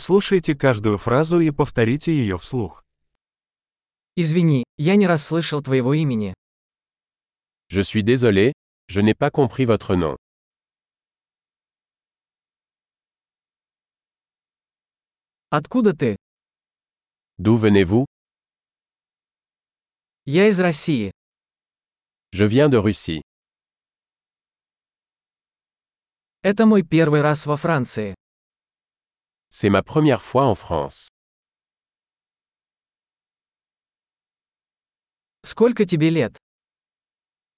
Прослушайте каждую фразу и повторите ее вслух. Извини, я не расслышал твоего имени. Je suis désolé, je n'ai pas compris votre nom. Откуда ты? D'où venez-vous Я из России. Je viens de Russie. Это мой первый раз во Франции. C'est ma première fois en France. Сколько тебе лет?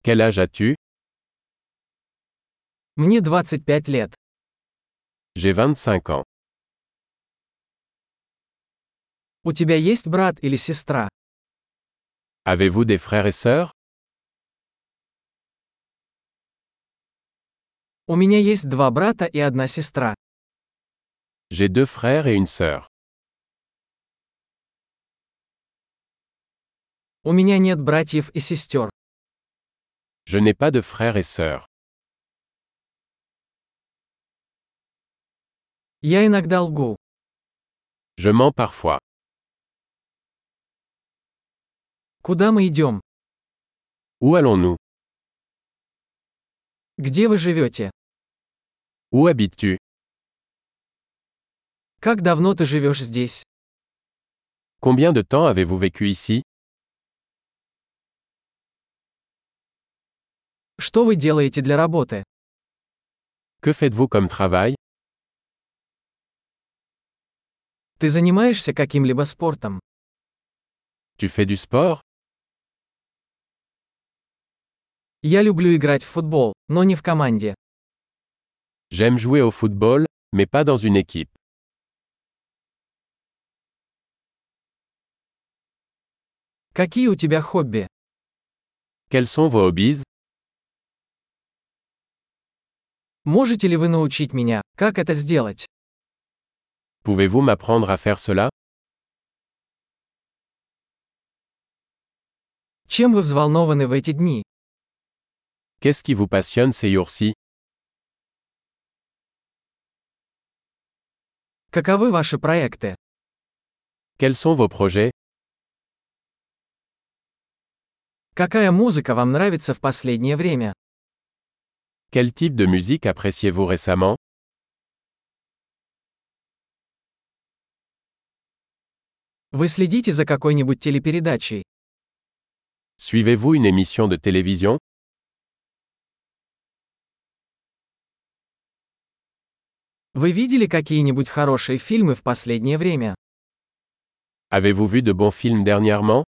Quel âge as-tu Мне 25 лет. J'ai 25 ans. У тебя есть брат или сестра? Avez-vous des frères et sœurs У меня есть два брата и одна сестра. J'ai deux frères et une sœur. У меня нет братьев и сестер. Je n'ai pas de frères et sœurs. Я иногда лгу. Je mens parfois. Куда мы идем? Où allons-nous Где вы живете? Où habites-tu Как давно ты живешь здесь? Combien de temps avez-vous vécu ici Что вы делаете для работы? Que faites-vous comme travail Ты занимаешься каким-либо спортом? Tu fais du sport Я люблю играть в футбол, но не в команде. J'aime jouer au football, mais pas dans une équipe. Какие у тебя хобби? Quels sont vos hobbies Можете ли вы научить меня, как это сделать? Pouvez-vous m'apprendre à faire cela Чем вы взволнованы в эти дни? Qu'est-ce qui vous passionne ces jours-ci Каковы ваши проекты? Quels sont vos projets Какая музыка вам нравится в последнее время? Quel type de musique appréciez-vous récemment Вы следите за какой-нибудь телепередачей? Suivez-vous une émission de télévision Вы видели какие-нибудь хорошие фильмы в последнее время? Avez-vous vu de bons films dernièrement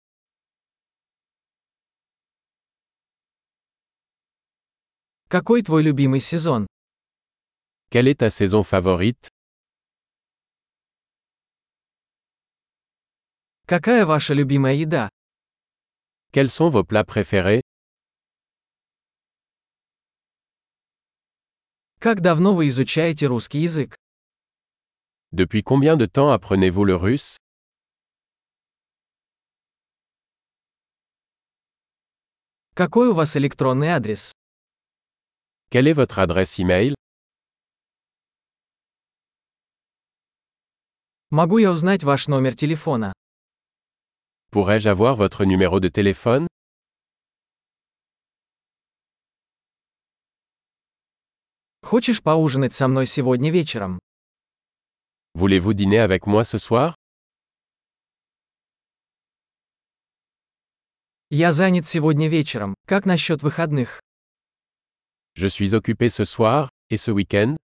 Какой твой любимый сезон? Quelle est ta saison favorite Какая ваша любимая еда? Quels sont vos plats préférés Как давно вы изучаете русский язык? Depuis combien de temps apprenez-vous le russe Какой у вас электронный адрес? Quelle est votre adresse e-mail Могу я узнать ваш номер телефона? Pourrais-je avoir votre numéro de téléphone Хочешь поужинать со мной сегодня вечером? Voulez-vous dîner avec moi ce soir Я занят сегодня вечером. Как насчет выходных? Je suis occupé ce soir, et ce week-end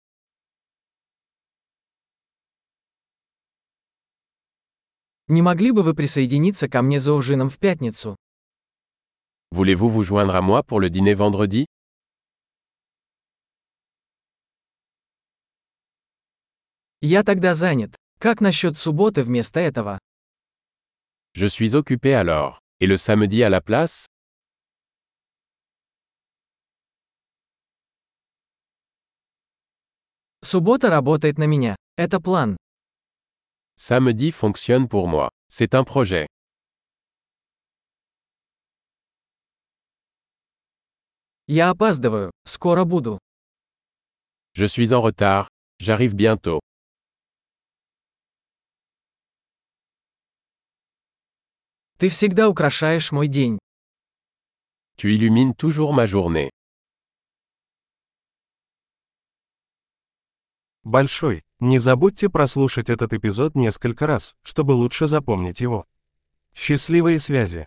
Не могли бы вы присоединиться ко мне за ужином в пятницу? Voulez-vous vous joindre à moi pour le dîner vendredi Я тогда занят. Как насчет субботы вместо этого? Je suis occupé alors. Et le samedi à la place Суббота работает на меня. Это план. Samedi fonctionne pour moi. C'est un projet. Я опаздываю. Скоро буду. Je suis en retard. J'arrive bientôt. Ты всегда украшаешь мой день. Tu illumines toujours ma journée. Большой. Не забудьте прослушать этот эпизод несколько раз, чтобы лучше запомнить его. Счастливые связи!